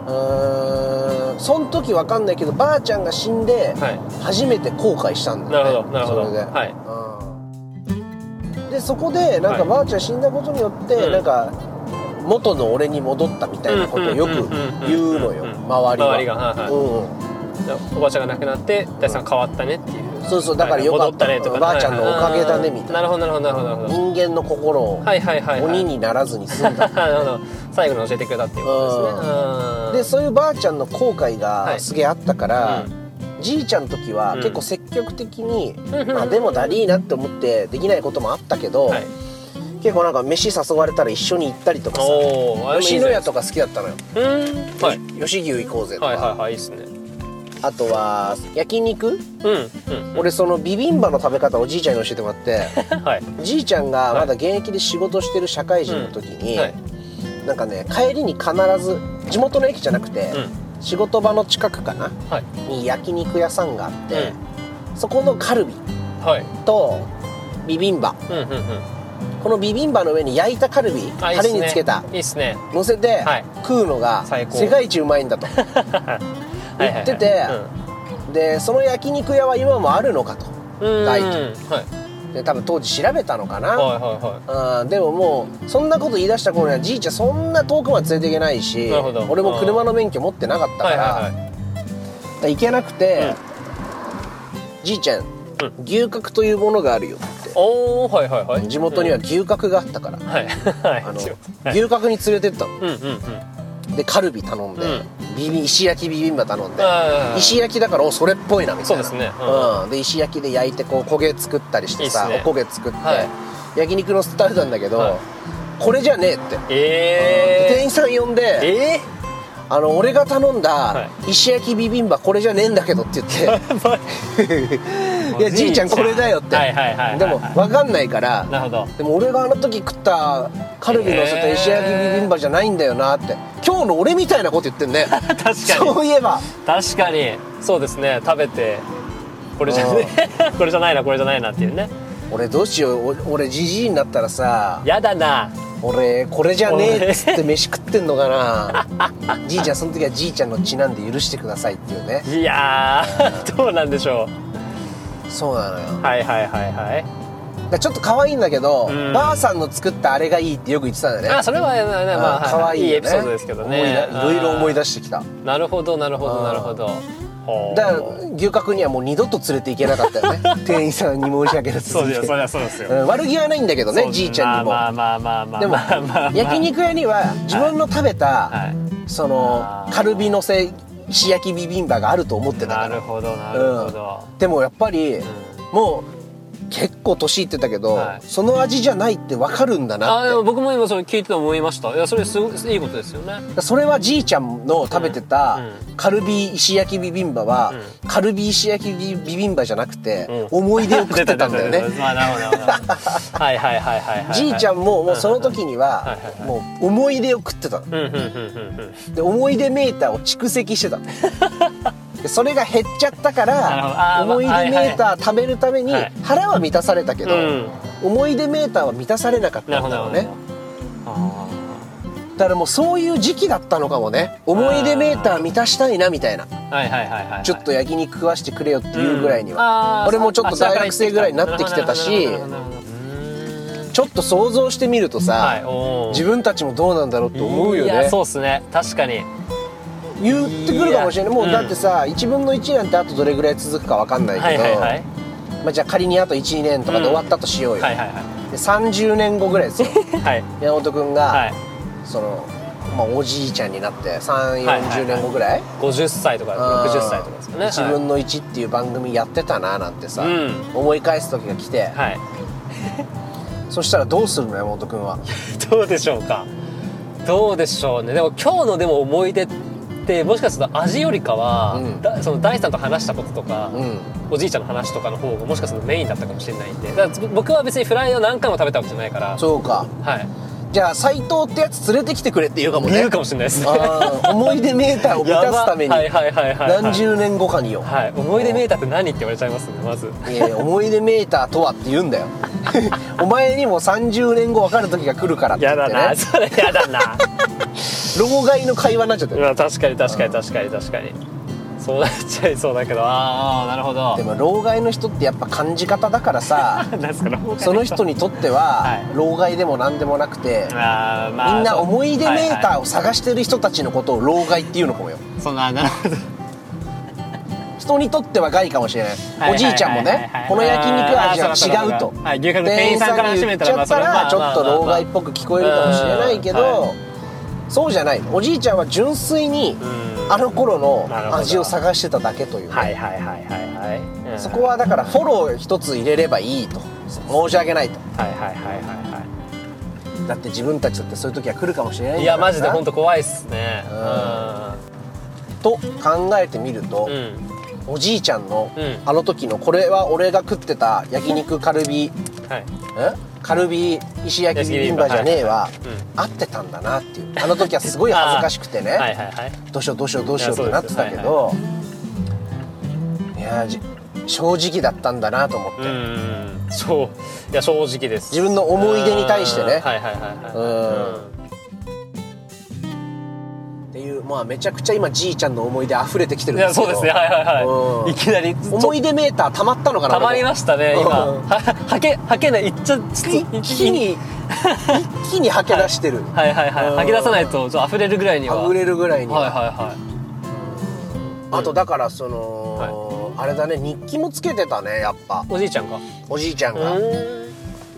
[SPEAKER 1] うーんその時分かんないけどばあちゃんが死んで
[SPEAKER 2] は
[SPEAKER 1] 初めて後悔したん
[SPEAKER 2] い。
[SPEAKER 1] だ
[SPEAKER 2] な
[SPEAKER 1] よね
[SPEAKER 2] るほどなるほど。
[SPEAKER 1] それで、
[SPEAKER 2] はい。
[SPEAKER 1] うんでそこでなん
[SPEAKER 2] は
[SPEAKER 1] か
[SPEAKER 2] い
[SPEAKER 1] ばあちゃん死んだことによって、
[SPEAKER 2] うん
[SPEAKER 1] なんか元の俺に戻ったみたいなことをよく言うのよ
[SPEAKER 2] うんうんうんうんうん
[SPEAKER 1] 周りは
[SPEAKER 2] 周りがはいはい
[SPEAKER 1] うん
[SPEAKER 2] おばあちゃんが亡くなって第三変わったねっていう。
[SPEAKER 1] そうそうだからよかった
[SPEAKER 2] 戻ねとか
[SPEAKER 1] おばあちゃんのおかげだねみたいな
[SPEAKER 2] なるほどなるほどなるほどなるほど。
[SPEAKER 1] 人間の心を
[SPEAKER 2] はいはいはい、はい、
[SPEAKER 1] 鬼 にならずに済んだ、
[SPEAKER 2] なるほど最後に教えてくれたっていうこと
[SPEAKER 1] で
[SPEAKER 2] です
[SPEAKER 1] そ
[SPEAKER 2] ね
[SPEAKER 1] ういうばあちゃんの後悔
[SPEAKER 2] は
[SPEAKER 1] が
[SPEAKER 2] い
[SPEAKER 1] すげえあったから、
[SPEAKER 2] う
[SPEAKER 1] じいちゃんの時は
[SPEAKER 2] うん
[SPEAKER 1] 結構積極的に、
[SPEAKER 2] ん
[SPEAKER 1] まあ、でもだりーなって思ってできないこともあったけど、
[SPEAKER 2] うんはい
[SPEAKER 1] 結構なんか飯誘われたら一緒に行ったりとかさ
[SPEAKER 2] おお
[SPEAKER 1] 吉野家とか好きだったのよ
[SPEAKER 2] うんはい
[SPEAKER 1] 吉牛行こうぜとか、
[SPEAKER 2] はいはいはいいいっすね
[SPEAKER 1] あとは焼肉
[SPEAKER 2] うんうん
[SPEAKER 1] 俺そのビビンバの食べ方おじいちゃんに教えてもらって
[SPEAKER 2] はい
[SPEAKER 1] じいちゃんがまだ現役で仕事してる社会人の時に、
[SPEAKER 2] はい
[SPEAKER 1] なんかね帰りに必ず地元の駅じゃなくて、
[SPEAKER 2] う
[SPEAKER 1] 仕事場の近くかな、
[SPEAKER 2] はい
[SPEAKER 1] に焼肉屋さんがあって、そこのカルビ
[SPEAKER 2] んはい
[SPEAKER 1] とビビンバ
[SPEAKER 2] うんうんうん
[SPEAKER 1] このビビンバの上に焼いたカルビ
[SPEAKER 2] あいい
[SPEAKER 1] タ
[SPEAKER 2] っす
[SPEAKER 1] レ
[SPEAKER 2] ね
[SPEAKER 1] につけた
[SPEAKER 2] いいっすね
[SPEAKER 1] 乗せて、
[SPEAKER 2] はい
[SPEAKER 1] 食うのが
[SPEAKER 2] 最高
[SPEAKER 1] 世界一うまいん だと言ってて
[SPEAKER 2] はいはい
[SPEAKER 1] でその焼肉屋は今もあるのかと
[SPEAKER 2] うんうん
[SPEAKER 1] 大
[SPEAKER 2] は
[SPEAKER 1] 事
[SPEAKER 2] いはい
[SPEAKER 1] で多分当時調べたのかな、
[SPEAKER 2] はいは
[SPEAKER 1] あーでももうそんなこと言い出した頃にはじいちゃんそんな遠くまで連れていけないし
[SPEAKER 2] なるほど
[SPEAKER 1] 俺も車の免許持ってなかった
[SPEAKER 2] いは
[SPEAKER 1] か
[SPEAKER 2] い
[SPEAKER 1] ら、
[SPEAKER 2] はいはい
[SPEAKER 1] か行けなくて、じいちゃん、牛角というものがあるよっ
[SPEAKER 2] おおはいはいは
[SPEAKER 1] て
[SPEAKER 2] い
[SPEAKER 1] 地元には牛角があったから、
[SPEAKER 2] はいはい
[SPEAKER 1] あの
[SPEAKER 2] 一応 はい
[SPEAKER 1] 牛角に連れてったの
[SPEAKER 2] うんうんうん
[SPEAKER 1] でカルビ頼んで、
[SPEAKER 2] うん
[SPEAKER 1] ビビ石焼きビビンバ頼んで
[SPEAKER 2] あー
[SPEAKER 1] 石焼きだからおそれっぽいなみたいな
[SPEAKER 2] そうですね
[SPEAKER 1] うん
[SPEAKER 2] う
[SPEAKER 1] で石焼きで焼いてこう焦げ作ったりしてさ
[SPEAKER 2] いいっすね
[SPEAKER 1] お焦げ作って、
[SPEAKER 2] はい
[SPEAKER 1] 焼肉のスタイルなんだけど、
[SPEAKER 2] はい
[SPEAKER 1] これじゃねえって、店
[SPEAKER 2] え
[SPEAKER 1] 員さん呼ん
[SPEAKER 2] ー、
[SPEAKER 1] で
[SPEAKER 2] え
[SPEAKER 1] あの俺が頼んだ
[SPEAKER 2] は
[SPEAKER 1] 石焼きビビンバこれじゃねえんだけどって言 って
[SPEAKER 2] ー、やば い
[SPEAKER 1] いやじいちゃんこれだよって、
[SPEAKER 2] はいはいはいはい
[SPEAKER 1] でも分かんないから
[SPEAKER 2] なるほど
[SPEAKER 1] でも俺があの時食ったカルビのせた石焼きビビンバじゃないんだよなって今日の俺みたいなこと言ってんね
[SPEAKER 2] 確かに
[SPEAKER 1] そういえば
[SPEAKER 2] 確かにそうですね食べてこれじゃね これじゃないなこれじゃないなっていうね
[SPEAKER 1] 俺どうしようお俺じじいになったらさ
[SPEAKER 2] やだな
[SPEAKER 1] 俺これじゃねえっつって飯食ってんのかなじいちゃんその時はじいちゃんの血なんで許してくださいっていうね
[SPEAKER 2] いやー どうなんでしょ
[SPEAKER 1] そうなのよ
[SPEAKER 2] うはいはいはいはい
[SPEAKER 1] だからちょっと可愛いんだけど、
[SPEAKER 2] うん
[SPEAKER 1] ばあさんの作ったあれがいいってよく言ってたんだよね
[SPEAKER 2] あそれはねまあ
[SPEAKER 1] うん可愛いよね
[SPEAKER 2] いエピソードですけどね
[SPEAKER 1] 思い出いろいろ思い
[SPEAKER 2] 出
[SPEAKER 1] 出してきた
[SPEAKER 2] なるほどなるほ
[SPEAKER 1] うん
[SPEAKER 2] どなるほどほう
[SPEAKER 1] だから牛角にはもう二度と連れて行けなかったよね 店員さんに申し訳なす
[SPEAKER 2] そう
[SPEAKER 1] ぎ
[SPEAKER 2] です
[SPEAKER 1] て
[SPEAKER 2] よそりゃそうですよ
[SPEAKER 1] うん悪気はないんだけど
[SPEAKER 2] そ
[SPEAKER 1] ね
[SPEAKER 2] う
[SPEAKER 1] じいちゃんにも、
[SPEAKER 2] まあまあまあまあまあ
[SPEAKER 1] でも、
[SPEAKER 2] まあまあまあ
[SPEAKER 1] 焼肉屋には自分の食べた、
[SPEAKER 2] はい
[SPEAKER 1] その
[SPEAKER 2] あー
[SPEAKER 1] カルビのせ石焼きビビンバがあると思ってたか
[SPEAKER 2] な
[SPEAKER 1] ら
[SPEAKER 2] るほどなるほど
[SPEAKER 1] でもやっぱり、
[SPEAKER 2] うん
[SPEAKER 1] もう結構年いってたけど、
[SPEAKER 2] はい
[SPEAKER 1] その味じゃないって分かるんだなっ
[SPEAKER 2] あ
[SPEAKER 1] て
[SPEAKER 2] でも僕も今それ聞いてて思いましたいやそれすごいいいことですよね
[SPEAKER 1] それはじいちゃんの食べてた
[SPEAKER 2] うん
[SPEAKER 1] カルビ石焼きビビンバは、
[SPEAKER 2] う
[SPEAKER 1] カルビ石焼きビビンバじゃなくて、
[SPEAKER 2] うん
[SPEAKER 1] 思い出を食ってたんだよ
[SPEAKER 2] 出た出た出
[SPEAKER 1] ね
[SPEAKER 2] たまあなるほどなるほどはいはいはいはいはいはい
[SPEAKER 1] じいちゃんももうその時に
[SPEAKER 2] はい
[SPEAKER 1] は
[SPEAKER 2] はいはい
[SPEAKER 1] もう思い出を食ってたの
[SPEAKER 2] うんうんうんうんうん
[SPEAKER 1] で思い出メーターを蓄積して たのでそれが減っちゃったか
[SPEAKER 2] るほどあ
[SPEAKER 1] ら
[SPEAKER 2] ーまあ
[SPEAKER 1] 思い出メーター食べるために
[SPEAKER 2] はい
[SPEAKER 1] 腹は満たされたけど、
[SPEAKER 2] うん
[SPEAKER 1] 思い出メーターは満たされなかっ
[SPEAKER 2] なる
[SPEAKER 1] た
[SPEAKER 2] ほ
[SPEAKER 1] ん
[SPEAKER 2] ど
[SPEAKER 1] だ
[SPEAKER 2] なる
[SPEAKER 1] ろ
[SPEAKER 2] ほ
[SPEAKER 1] うね
[SPEAKER 2] どあ
[SPEAKER 1] だからもうそういう時期だったのかもね思い出メーター満たしたいなみたいな
[SPEAKER 2] ーはいはいはいはいはい
[SPEAKER 1] ちょっと焼肉食わしてくれよっていうぐらいには、
[SPEAKER 2] は
[SPEAKER 1] 俺もちょっと大学生ぐらいになってきてたしちょっと想像してみるとさ、
[SPEAKER 2] はいおー
[SPEAKER 1] 自分たちもどうなんだろうって思うよ
[SPEAKER 2] いや
[SPEAKER 1] ね
[SPEAKER 2] そうっすね確かに
[SPEAKER 1] 言ってくるかもしれないもう
[SPEAKER 2] いや
[SPEAKER 1] だってさ、1分の1なんてあとどれぐらい続くか分かんないけど、
[SPEAKER 2] はいはいはい
[SPEAKER 1] まあ、じゃあ仮にあと12年とかで終わったとしようよ、
[SPEAKER 2] はいはい
[SPEAKER 1] で30年後ぐらいですよ
[SPEAKER 2] はい
[SPEAKER 1] 山本君が、
[SPEAKER 2] はい
[SPEAKER 1] その、まあ、おじいちゃんになって3
[SPEAKER 2] はいはい
[SPEAKER 1] 4 0年後ぐらい、
[SPEAKER 2] 50歳とか
[SPEAKER 1] うん
[SPEAKER 2] 60歳とかですかね
[SPEAKER 1] 1分の1っていう番組やってたななんてさ、
[SPEAKER 2] うん
[SPEAKER 1] 思い返す時が来て、
[SPEAKER 2] はいはい
[SPEAKER 1] そしたらどうするの山本君は
[SPEAKER 2] どうでしょうかどうでしょうねでも今日のでも思い出ってもしかすると味よりかは、
[SPEAKER 1] うん
[SPEAKER 2] だその大地さんと話したこととか、
[SPEAKER 1] うん
[SPEAKER 2] おじいちゃんの話とかの方がもしかするとメインだったかもしれないんでだから僕は別にフライを何回も食べたわけじゃないから
[SPEAKER 1] そうか
[SPEAKER 2] はい
[SPEAKER 1] じゃあ斎藤ってやつ連れてきてくれって言うかもね
[SPEAKER 2] 言うかもしれないですね
[SPEAKER 1] あー思い出メーターを満たすために
[SPEAKER 2] やばはいはいはいはいはい
[SPEAKER 1] 何十年後かによ、
[SPEAKER 2] はい思い出メーターって何って言われちゃいますね まず
[SPEAKER 1] えー思い出メーターとはって言うんだよ お前にも30年後分かる時が来るからって言
[SPEAKER 2] や
[SPEAKER 1] っ
[SPEAKER 2] だ
[SPEAKER 1] て
[SPEAKER 2] な
[SPEAKER 1] ね
[SPEAKER 2] それやだな
[SPEAKER 1] 老害の会話になっちゃって
[SPEAKER 2] うわ確かに確かに確かに確かにそうなっちゃいそうだけどああなるほ
[SPEAKER 1] で
[SPEAKER 2] ど
[SPEAKER 1] も老害の人ってやっぱ感じ方だからさ
[SPEAKER 2] 何すか老害
[SPEAKER 1] その人にとっては、
[SPEAKER 2] はい
[SPEAKER 1] 老害でも何でもなくて
[SPEAKER 2] あーまあ
[SPEAKER 1] みんな思い出メーター
[SPEAKER 2] を
[SPEAKER 1] を探してる人たちのことを老害っていうのかもよ
[SPEAKER 2] そんななるほど
[SPEAKER 1] 人にとっては害かもしれない,、
[SPEAKER 2] はいはいはいはい
[SPEAKER 1] おじいちゃんもねこの焼肉味
[SPEAKER 2] あーそう
[SPEAKER 1] は
[SPEAKER 2] だ
[SPEAKER 1] 違うと
[SPEAKER 2] そうだそうだはい牛角の店員さんから
[SPEAKER 1] 店
[SPEAKER 2] 言
[SPEAKER 1] 員
[SPEAKER 2] っち
[SPEAKER 1] さんに
[SPEAKER 2] ゃ
[SPEAKER 1] 言っ
[SPEAKER 2] っ
[SPEAKER 1] ちゃった
[SPEAKER 2] たらま
[SPEAKER 1] ら
[SPEAKER 2] あ
[SPEAKER 1] ちょっと老害っぽく聞こえるかもしれないけど、
[SPEAKER 2] うんは
[SPEAKER 1] そうじゃないおじいちゃんは純粋に
[SPEAKER 2] うん
[SPEAKER 1] あの頃の
[SPEAKER 2] なるほど
[SPEAKER 1] 味を探してただけというね、
[SPEAKER 2] はいはいはいはいはいうん
[SPEAKER 1] そこはだからフォロー一つ入れればいいと申し訳ないと
[SPEAKER 2] はいはいはいはいはい
[SPEAKER 1] だって自分たちだってそういう時は来るかもしれないん
[SPEAKER 2] い
[SPEAKER 1] だ
[SPEAKER 2] や
[SPEAKER 1] から
[SPEAKER 2] マ
[SPEAKER 1] さ
[SPEAKER 2] ジで本当怖いっすね
[SPEAKER 1] うんと考えてみると
[SPEAKER 2] う、ん
[SPEAKER 1] おじいちゃんの、
[SPEAKER 2] うん
[SPEAKER 1] あの時のこれは俺が食ってた焼肉カルビ
[SPEAKER 2] はい
[SPEAKER 1] んカルビ石焼きビビンバじゃねえわ、合ってたんだなっていうあの時はすごい恥ずかしくてね、
[SPEAKER 2] はいはいはい
[SPEAKER 1] どうしようどうしようどうしようってなってたけ
[SPEAKER 2] いや
[SPEAKER 1] どいやーじ正直だったんだなと思って、
[SPEAKER 2] うんうんうんそういや正直です
[SPEAKER 1] 自分の思い出に対してね
[SPEAKER 2] うんはいはいはいは
[SPEAKER 1] っていうまあめちゃくちゃ今じいちゃんの思い出溢れてきて
[SPEAKER 2] い
[SPEAKER 1] る
[SPEAKER 2] うん
[SPEAKER 1] んで
[SPEAKER 2] いや
[SPEAKER 1] すけ
[SPEAKER 2] そ
[SPEAKER 1] ど
[SPEAKER 2] うですねはいはいは
[SPEAKER 1] うん
[SPEAKER 2] いいきなり
[SPEAKER 1] 思い出メーター溜まったのかな
[SPEAKER 2] たまりましたね今
[SPEAKER 1] うん
[SPEAKER 2] ははけはけないいっちゃちょっと
[SPEAKER 1] 一気に一気に吐け出してる、
[SPEAKER 2] はいはいはい
[SPEAKER 1] うん
[SPEAKER 2] 吐き出さないとちょっと溢れるぐらいには
[SPEAKER 1] あふれるぐらいには、
[SPEAKER 2] はいはいはい
[SPEAKER 1] あとだからその、あれだね日記もつけてたねやっぱ
[SPEAKER 2] おじいちゃんか
[SPEAKER 1] おじいちゃん
[SPEAKER 2] う
[SPEAKER 1] が、
[SPEAKER 2] ーん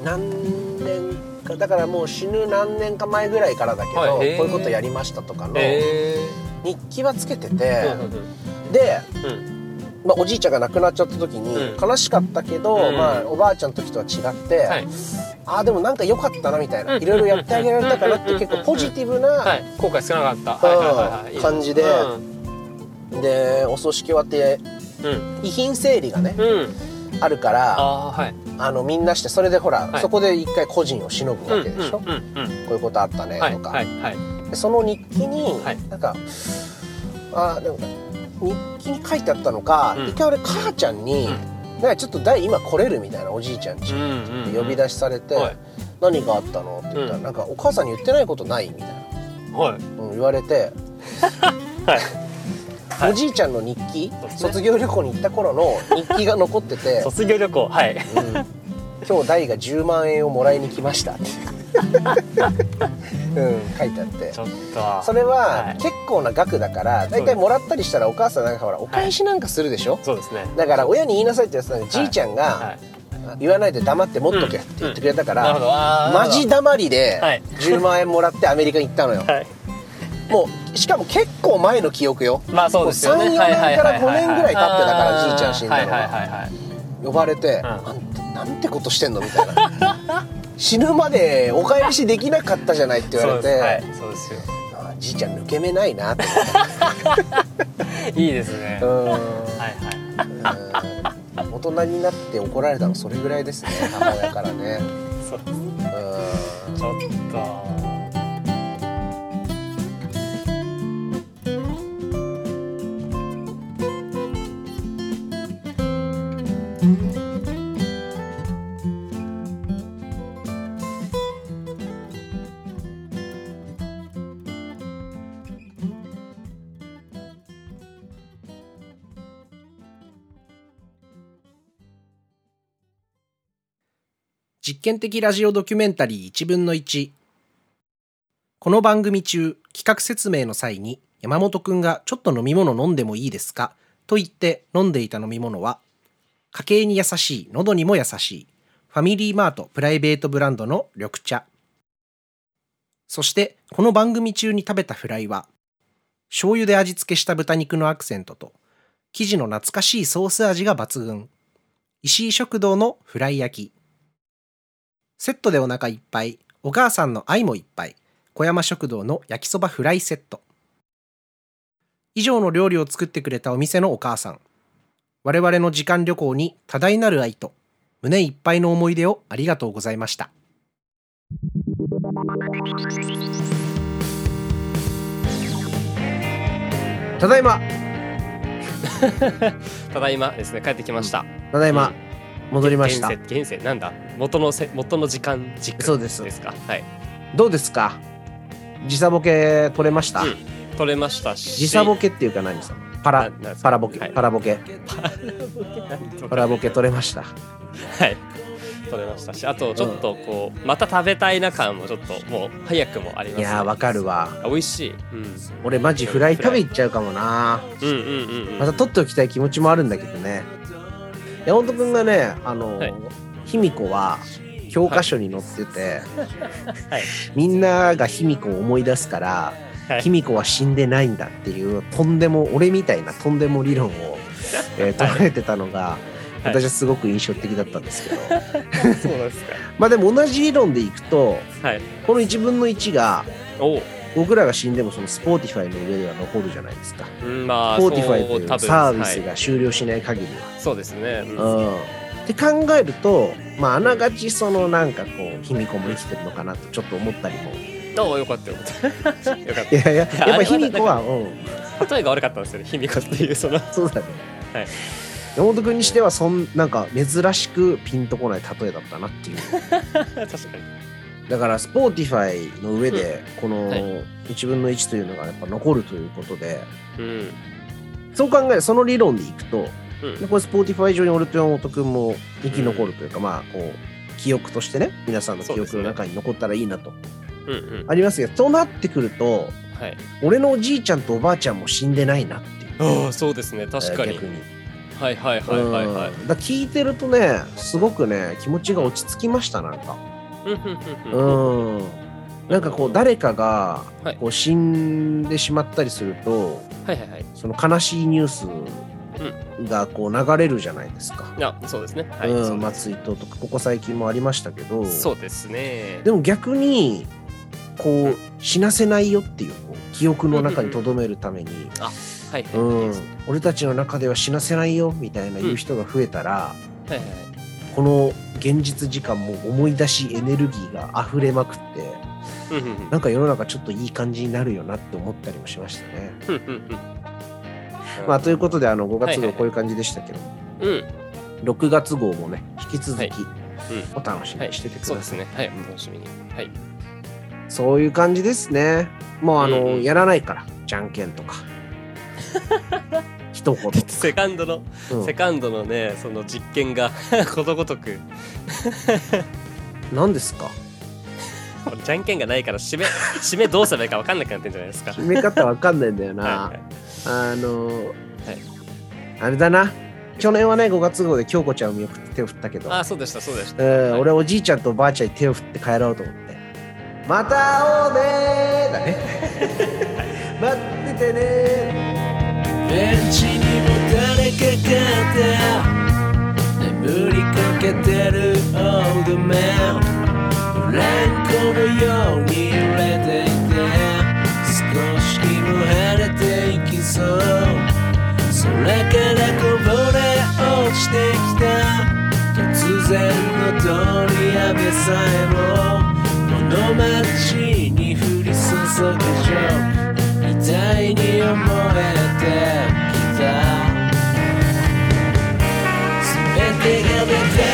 [SPEAKER 1] 何年かだからもう死ぬ何年か前ぐらいからだけど、
[SPEAKER 2] はいへー
[SPEAKER 1] こういうことやりましたとかの
[SPEAKER 2] え
[SPEAKER 1] 日記はつけてて、
[SPEAKER 2] えーうん
[SPEAKER 1] で、
[SPEAKER 2] うんうん
[SPEAKER 1] まあ、おじいちゃんが亡くなっちゃった時に
[SPEAKER 2] うん
[SPEAKER 1] 悲しかったけど、
[SPEAKER 2] うん
[SPEAKER 1] まあ、おばあちゃんの時とは違って、
[SPEAKER 2] はい
[SPEAKER 1] ああでもなんか良かったなみたいな
[SPEAKER 2] うん
[SPEAKER 1] いろいろやってあげられたからって結構ポジティブな、
[SPEAKER 2] はい後悔少なかったはいはいはいはい
[SPEAKER 1] 感じで
[SPEAKER 2] うん
[SPEAKER 1] でお葬式終わって
[SPEAKER 2] うん
[SPEAKER 1] 遺品整理がね、
[SPEAKER 2] うん
[SPEAKER 1] あるからあ
[SPEAKER 2] ああーはい
[SPEAKER 1] のみんなしてそれでほら、
[SPEAKER 2] はい
[SPEAKER 1] そこで一回個人を忍ぶ
[SPEAKER 2] うん
[SPEAKER 1] わけでしょ、
[SPEAKER 2] うんうんうん
[SPEAKER 1] こういうことあったね
[SPEAKER 2] はい
[SPEAKER 1] とか、
[SPEAKER 2] はいはい
[SPEAKER 1] でその日記に、
[SPEAKER 2] はい
[SPEAKER 1] なんかあーでも日記に書いてあったのか、
[SPEAKER 2] うん
[SPEAKER 1] 一回俺母ちゃんに、なんかちょっと大今来れるみたいなおじいちゃんち、
[SPEAKER 2] うんうん
[SPEAKER 1] 呼び出しされて、
[SPEAKER 2] はい
[SPEAKER 1] 何があったの?」って言ったら、
[SPEAKER 2] うん
[SPEAKER 1] なんかお母さんに言ってないことない?」みたい
[SPEAKER 2] はい
[SPEAKER 1] な、うん言われて、
[SPEAKER 2] はいは い
[SPEAKER 1] おじいちゃんの日記、
[SPEAKER 2] そうですね
[SPEAKER 1] 卒業旅行に行った頃の日記が残って て
[SPEAKER 2] 卒業旅 行はい
[SPEAKER 1] 「うん今日大が10万円をもらいに来ました」って、 うん、書いてあって
[SPEAKER 2] ちょっと
[SPEAKER 1] それ
[SPEAKER 2] は
[SPEAKER 1] はい結構な額だから大
[SPEAKER 2] そうで
[SPEAKER 1] 体
[SPEAKER 2] す
[SPEAKER 1] もらったりしたらお母さんなんかほらお返しなんかするでしょ、
[SPEAKER 2] そうですね
[SPEAKER 1] だから親に言いなさいってやつなんで、じいちゃん
[SPEAKER 2] は
[SPEAKER 1] が
[SPEAKER 2] い
[SPEAKER 1] 言わないで黙って持っとけって言ってくれたか
[SPEAKER 2] なる
[SPEAKER 1] ら、
[SPEAKER 2] ほどあーなる
[SPEAKER 1] マ
[SPEAKER 2] ほど
[SPEAKER 1] ジだまりで
[SPEAKER 2] はい
[SPEAKER 1] 10万円もらってアメリカ行ったのよ、
[SPEAKER 2] はい
[SPEAKER 1] もうしかも結構前の記憶よ
[SPEAKER 2] まあそうですよね
[SPEAKER 1] もう3 4
[SPEAKER 2] はいはいはいはい
[SPEAKER 1] 年から5年ぐらい経ってたから
[SPEAKER 2] あー
[SPEAKER 1] じいちゃん死んだのが
[SPEAKER 2] はいはいはいはい
[SPEAKER 1] 呼ばれて、
[SPEAKER 2] ん
[SPEAKER 1] あんたなんてことしてんのみたいな 死ぬまでお返しできなかったじゃないって言われて、
[SPEAKER 2] そうです、はい、そ
[SPEAKER 1] あじいちゃん抜け目ないな って
[SPEAKER 2] うですよいいですね、
[SPEAKER 1] 思
[SPEAKER 2] は
[SPEAKER 1] って
[SPEAKER 2] いはい
[SPEAKER 1] うん大人になって怒られたのそれぐらいですね母親からね
[SPEAKER 2] そうです
[SPEAKER 1] うん
[SPEAKER 2] ちょっと
[SPEAKER 1] 実験的ラジオドキュメンタリー1分の1この番組中企画説明の際に山本くんがちょっと飲み物飲んでもいいですかと言って飲んでいた飲み物は家計に優しい喉にも優しいファミリーマートプライベートブランドの緑茶そしてこの番組中に食べたフライは醤油で味付けした豚肉のアクセントと生地の懐かしいソース味が抜群石井食堂のフライ焼きセットでお腹いっぱい、お母さんの愛もいっぱい、小山食堂の焼きそばフライセット。以上の料理を作ってくれたお店のお母さん。我々の時間旅行に多大なる愛と、胸いっぱいの思い出をありがとうございました。ただいま、
[SPEAKER 2] ただいまですね帰ってきました、
[SPEAKER 1] ただいま、戻りま
[SPEAKER 2] 現
[SPEAKER 1] した
[SPEAKER 2] 世。現世なんだ元のせ元の時間軸
[SPEAKER 1] そうです
[SPEAKER 2] ですかはい
[SPEAKER 1] どうですか時差ボケ取れました、
[SPEAKER 2] うん取れましたし
[SPEAKER 1] 時差ボ ケっていうか何さパラ
[SPEAKER 2] ななんですか
[SPEAKER 1] パラボケ、
[SPEAKER 2] はい
[SPEAKER 1] パラボケパ
[SPEAKER 2] パ
[SPEAKER 1] ラボケ取れました
[SPEAKER 2] はい取れましたしあとちょっとこう、また食べたいな感もちょっともう早くもあります
[SPEAKER 1] い
[SPEAKER 2] ね
[SPEAKER 1] やーわかるわ
[SPEAKER 2] あ美味しい、うん、
[SPEAKER 1] 俺マジフライ食べ行っちゃうかもな
[SPEAKER 2] うんうんうんうん
[SPEAKER 1] また取っておきたい気持ちもあるんだけどね山本君がねあの、
[SPEAKER 2] はい
[SPEAKER 1] 卑弥呼は教科書に載ってて、
[SPEAKER 2] はい
[SPEAKER 1] みんなが卑弥呼を思い出すから
[SPEAKER 2] はい
[SPEAKER 1] 卑弥呼は死んでないんだっていうとんでも俺みたいなとんでも理論を、 えー捉えてたのが、
[SPEAKER 2] はい
[SPEAKER 1] 私はすごく印象的だったんですけど、
[SPEAKER 2] そうですか
[SPEAKER 1] まあでも同じ理論でいくと
[SPEAKER 2] はい
[SPEAKER 1] この1分の1が
[SPEAKER 2] おう
[SPEAKER 1] 僕らが死んでもそのスポーティファイの上では残るじゃないですか。
[SPEAKER 2] うんまあ
[SPEAKER 1] スポーティファイ
[SPEAKER 2] そ
[SPEAKER 1] と
[SPEAKER 2] う
[SPEAKER 1] い
[SPEAKER 2] 多
[SPEAKER 1] う
[SPEAKER 2] 分
[SPEAKER 1] サービス
[SPEAKER 2] は
[SPEAKER 1] が終了しない限り
[SPEAKER 2] い、そうですね、うん
[SPEAKER 1] は。うんって考えると、まあ、あながちそのなんかこう卑弥呼も生きてるのかなとちょっと思ったりもい
[SPEAKER 2] どうよかったよかった。 よかっ
[SPEAKER 1] やいややっ
[SPEAKER 2] あれ
[SPEAKER 1] ぱ
[SPEAKER 2] は
[SPEAKER 1] 卑弥呼は、
[SPEAKER 2] だ
[SPEAKER 1] うん、
[SPEAKER 2] た。例えが悪かったんですよね。卑弥呼っていうその。
[SPEAKER 1] そうだね、
[SPEAKER 2] はい
[SPEAKER 1] 山本君にしてはそんなんか珍しくピンとこない例えだったなっていう
[SPEAKER 2] 確かに。
[SPEAKER 1] だからスポーティファイの上でこの
[SPEAKER 2] はい
[SPEAKER 1] 1分の1というのがやっぱ残るということで
[SPEAKER 2] うん。
[SPEAKER 1] そう考えるその理論でいくと
[SPEAKER 2] うん
[SPEAKER 1] でこれ Spotify 上に俺と山本君も生き残るというか、まあこう記憶としてね皆さんの記憶の中に残ったらいいなと、
[SPEAKER 2] うんうん。
[SPEAKER 1] ありますけどとなってくると
[SPEAKER 2] はい。
[SPEAKER 1] 俺のおじいちゃんとおばあちゃんも死んでないなっていう
[SPEAKER 2] ああそうですね確かに、
[SPEAKER 1] 逆に
[SPEAKER 2] はいはいはいはいはい
[SPEAKER 1] うんだから聞いてるとねすごくね気持ちが落ち着きましたなんか
[SPEAKER 2] うん
[SPEAKER 1] うんなんかこう誰かが
[SPEAKER 2] はい
[SPEAKER 1] こう死んでしまったりすると
[SPEAKER 2] はいはいはい
[SPEAKER 1] その悲しいニュースがこう流れるじゃないですか、
[SPEAKER 2] あそうですねはい、
[SPEAKER 1] う
[SPEAKER 2] そ
[SPEAKER 1] ん
[SPEAKER 2] う
[SPEAKER 1] ま
[SPEAKER 2] で
[SPEAKER 1] あ、
[SPEAKER 2] す
[SPEAKER 1] ツイートとかここ最近もありましたけど
[SPEAKER 2] そうですね
[SPEAKER 1] でも逆にこう死なせないよっていうこう記憶の中に留めるために、
[SPEAKER 2] はいはいうはい
[SPEAKER 1] ん、俺たちの中では死なせないよみたいな言う人が増えたら、
[SPEAKER 2] はいはい
[SPEAKER 1] この現実時間も思い出しエネルギーが溢れまくって
[SPEAKER 2] うんうんうん
[SPEAKER 1] なんか世の中ちょっといい感じになるよなって思ったりもしましたね。
[SPEAKER 2] うんうんうん
[SPEAKER 1] まあ、ということであの5月
[SPEAKER 2] はいは
[SPEAKER 1] 号
[SPEAKER 2] い
[SPEAKER 1] こういう感じでしたけど、
[SPEAKER 2] うん
[SPEAKER 1] 6月号もね引き続き、
[SPEAKER 2] はい
[SPEAKER 1] お楽しみにしててくださ
[SPEAKER 2] そ
[SPEAKER 1] い。
[SPEAKER 2] うですねはいお楽しみにはい
[SPEAKER 1] そういう感じですね。もうあの、
[SPEAKER 2] うんうん
[SPEAKER 1] やらないから、じゃんけん とか。一言。
[SPEAKER 2] セカンドの
[SPEAKER 1] うん
[SPEAKER 2] セカンドのねその実験が ことごとく
[SPEAKER 1] 何ですか
[SPEAKER 2] これじゃんけんがないから締め締めどうすればいいか分かんなくなってんじゃないですか
[SPEAKER 1] 決め方わかんないんだよな。
[SPEAKER 2] はいはい
[SPEAKER 1] あの
[SPEAKER 2] はい
[SPEAKER 1] あれだな。去年はね、5月号で京子ちゃんを見送って手を振ったけど、
[SPEAKER 2] あそうでしたそうでした
[SPEAKER 1] うん
[SPEAKER 2] はい
[SPEAKER 1] 俺はおじいちゃんとおばあちゃんに手を振って帰ろうと思って。また会おうねーだね。 待っててねー。
[SPEAKER 5] ベンチにも誰かがいた眠りかけてるオールドマンブランコのように揺れていて少し日も晴れていきそう空からこぼれ落ちてきた突然の通り雨さえもこの街に降り注ぐでしょみたいに思えてきた全てが出て